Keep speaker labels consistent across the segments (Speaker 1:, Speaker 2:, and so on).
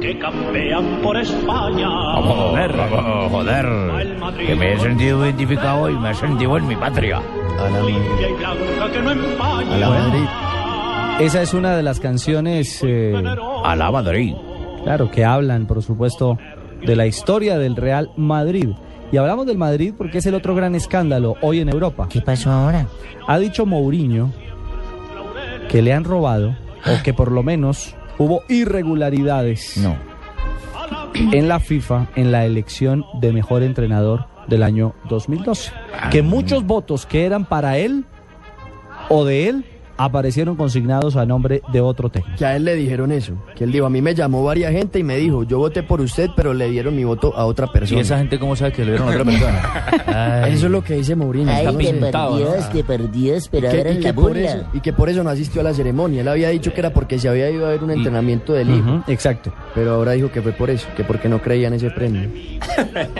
Speaker 1: que campean por España.
Speaker 2: Joder, joder. Que me he sentido identificado y me he sentido en mi patria.
Speaker 1: Limpia y blanca que no empaña.
Speaker 3: Esa es una de las canciones, eh,
Speaker 2: A la Madrid.
Speaker 3: claro, que hablan, por supuesto, de la historia del Real Madrid. Y hablamos del Madrid porque es el otro gran escándalo hoy en Europa.
Speaker 4: ¿Qué pasó ahora?
Speaker 3: Ha dicho Mourinho que le han robado, o que por lo menos hubo irregularidades
Speaker 2: No.
Speaker 3: en la FIFA en la elección de mejor entrenador del año 2012.
Speaker 4: Ah,
Speaker 3: Que muchos votos que eran para él o de él aparecieron consignados a nombre de otro técnico.
Speaker 5: Que a él le dijeron eso. Que él dijo, a mí me llamó varias gente y me dijo, yo voté por usted, pero le dieron mi voto a otra
Speaker 2: ¿Y
Speaker 5: persona.
Speaker 2: esa gente cómo sabe que le dieron a otra persona? Ay,
Speaker 5: Eso es lo que dice Mourinho.
Speaker 4: Ay,
Speaker 5: Entonces,
Speaker 4: te
Speaker 2: pintado,
Speaker 4: perdió,
Speaker 2: ¿no?
Speaker 4: te perdió,
Speaker 5: que-
Speaker 4: pero ahora
Speaker 5: y,
Speaker 4: en la
Speaker 5: que por eso,
Speaker 4: burla.
Speaker 5: y que por eso no asistió a la ceremonia. Él había dicho que era porque se había ido a ver un entrenamiento del hijo.
Speaker 3: Ujú, Exacto.
Speaker 5: Pero ahora dijo que fue por eso, que porque no creía en ese premio.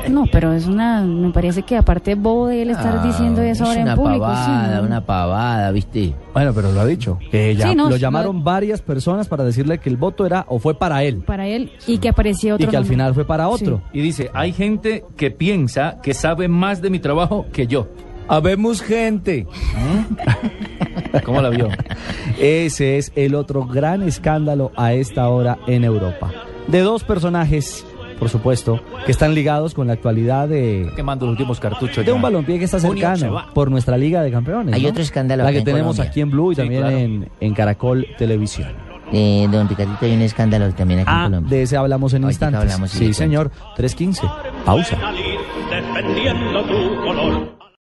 Speaker 6: No, pero es una. Me parece que aparte bobo de él estar diciendo
Speaker 2: Ah,
Speaker 6: eso
Speaker 4: es
Speaker 6: ahora en
Speaker 4: una
Speaker 6: público.
Speaker 4: pavada,
Speaker 6: sí, no.
Speaker 4: una pavada, ¿viste?
Speaker 3: Bueno, pero lo ha dicho. Que ya
Speaker 6: Sí, no,
Speaker 3: lo
Speaker 6: sí,
Speaker 3: llamaron
Speaker 6: lo-
Speaker 3: varias personas para decirle que el voto era o fue para él
Speaker 6: Para él y que aparecía otro.
Speaker 3: y que al
Speaker 6: nombre.
Speaker 3: final fue para otro.
Speaker 7: Y dice, hay gente que piensa que sabe más de mi trabajo que yo.
Speaker 3: Habemos gente.
Speaker 7: ¿Cómo la vio?
Speaker 3: Ese es el otro gran escándalo a esta hora en Europa. De dos personajes, por supuesto, que están ligados con la actualidad de,
Speaker 7: Quemando los últimos cartuchos.
Speaker 3: de
Speaker 7: ya.
Speaker 3: un balompié que está
Speaker 7: Junio se
Speaker 3: cercano
Speaker 7: va.
Speaker 3: por nuestra Liga de Campeones.
Speaker 4: Hay
Speaker 3: ¿no?
Speaker 4: otro escándalo
Speaker 3: La
Speaker 4: acá
Speaker 3: que
Speaker 4: en
Speaker 3: tenemos
Speaker 4: Colombia.
Speaker 3: aquí en Blue y
Speaker 7: Sí,
Speaker 3: también
Speaker 7: claro.
Speaker 3: en, en Caracol Televisión.
Speaker 4: Eh, don Ricardito, hay un escándalo también aquí en
Speaker 3: Ah,
Speaker 4: Colombia. este
Speaker 3: de ese hablamos en
Speaker 4: Ahorita
Speaker 3: instantes.
Speaker 4: hablamos y le
Speaker 3: sí, señor. 3.15. Pausa.
Speaker 1: Adrenalin, defendiendo tu color.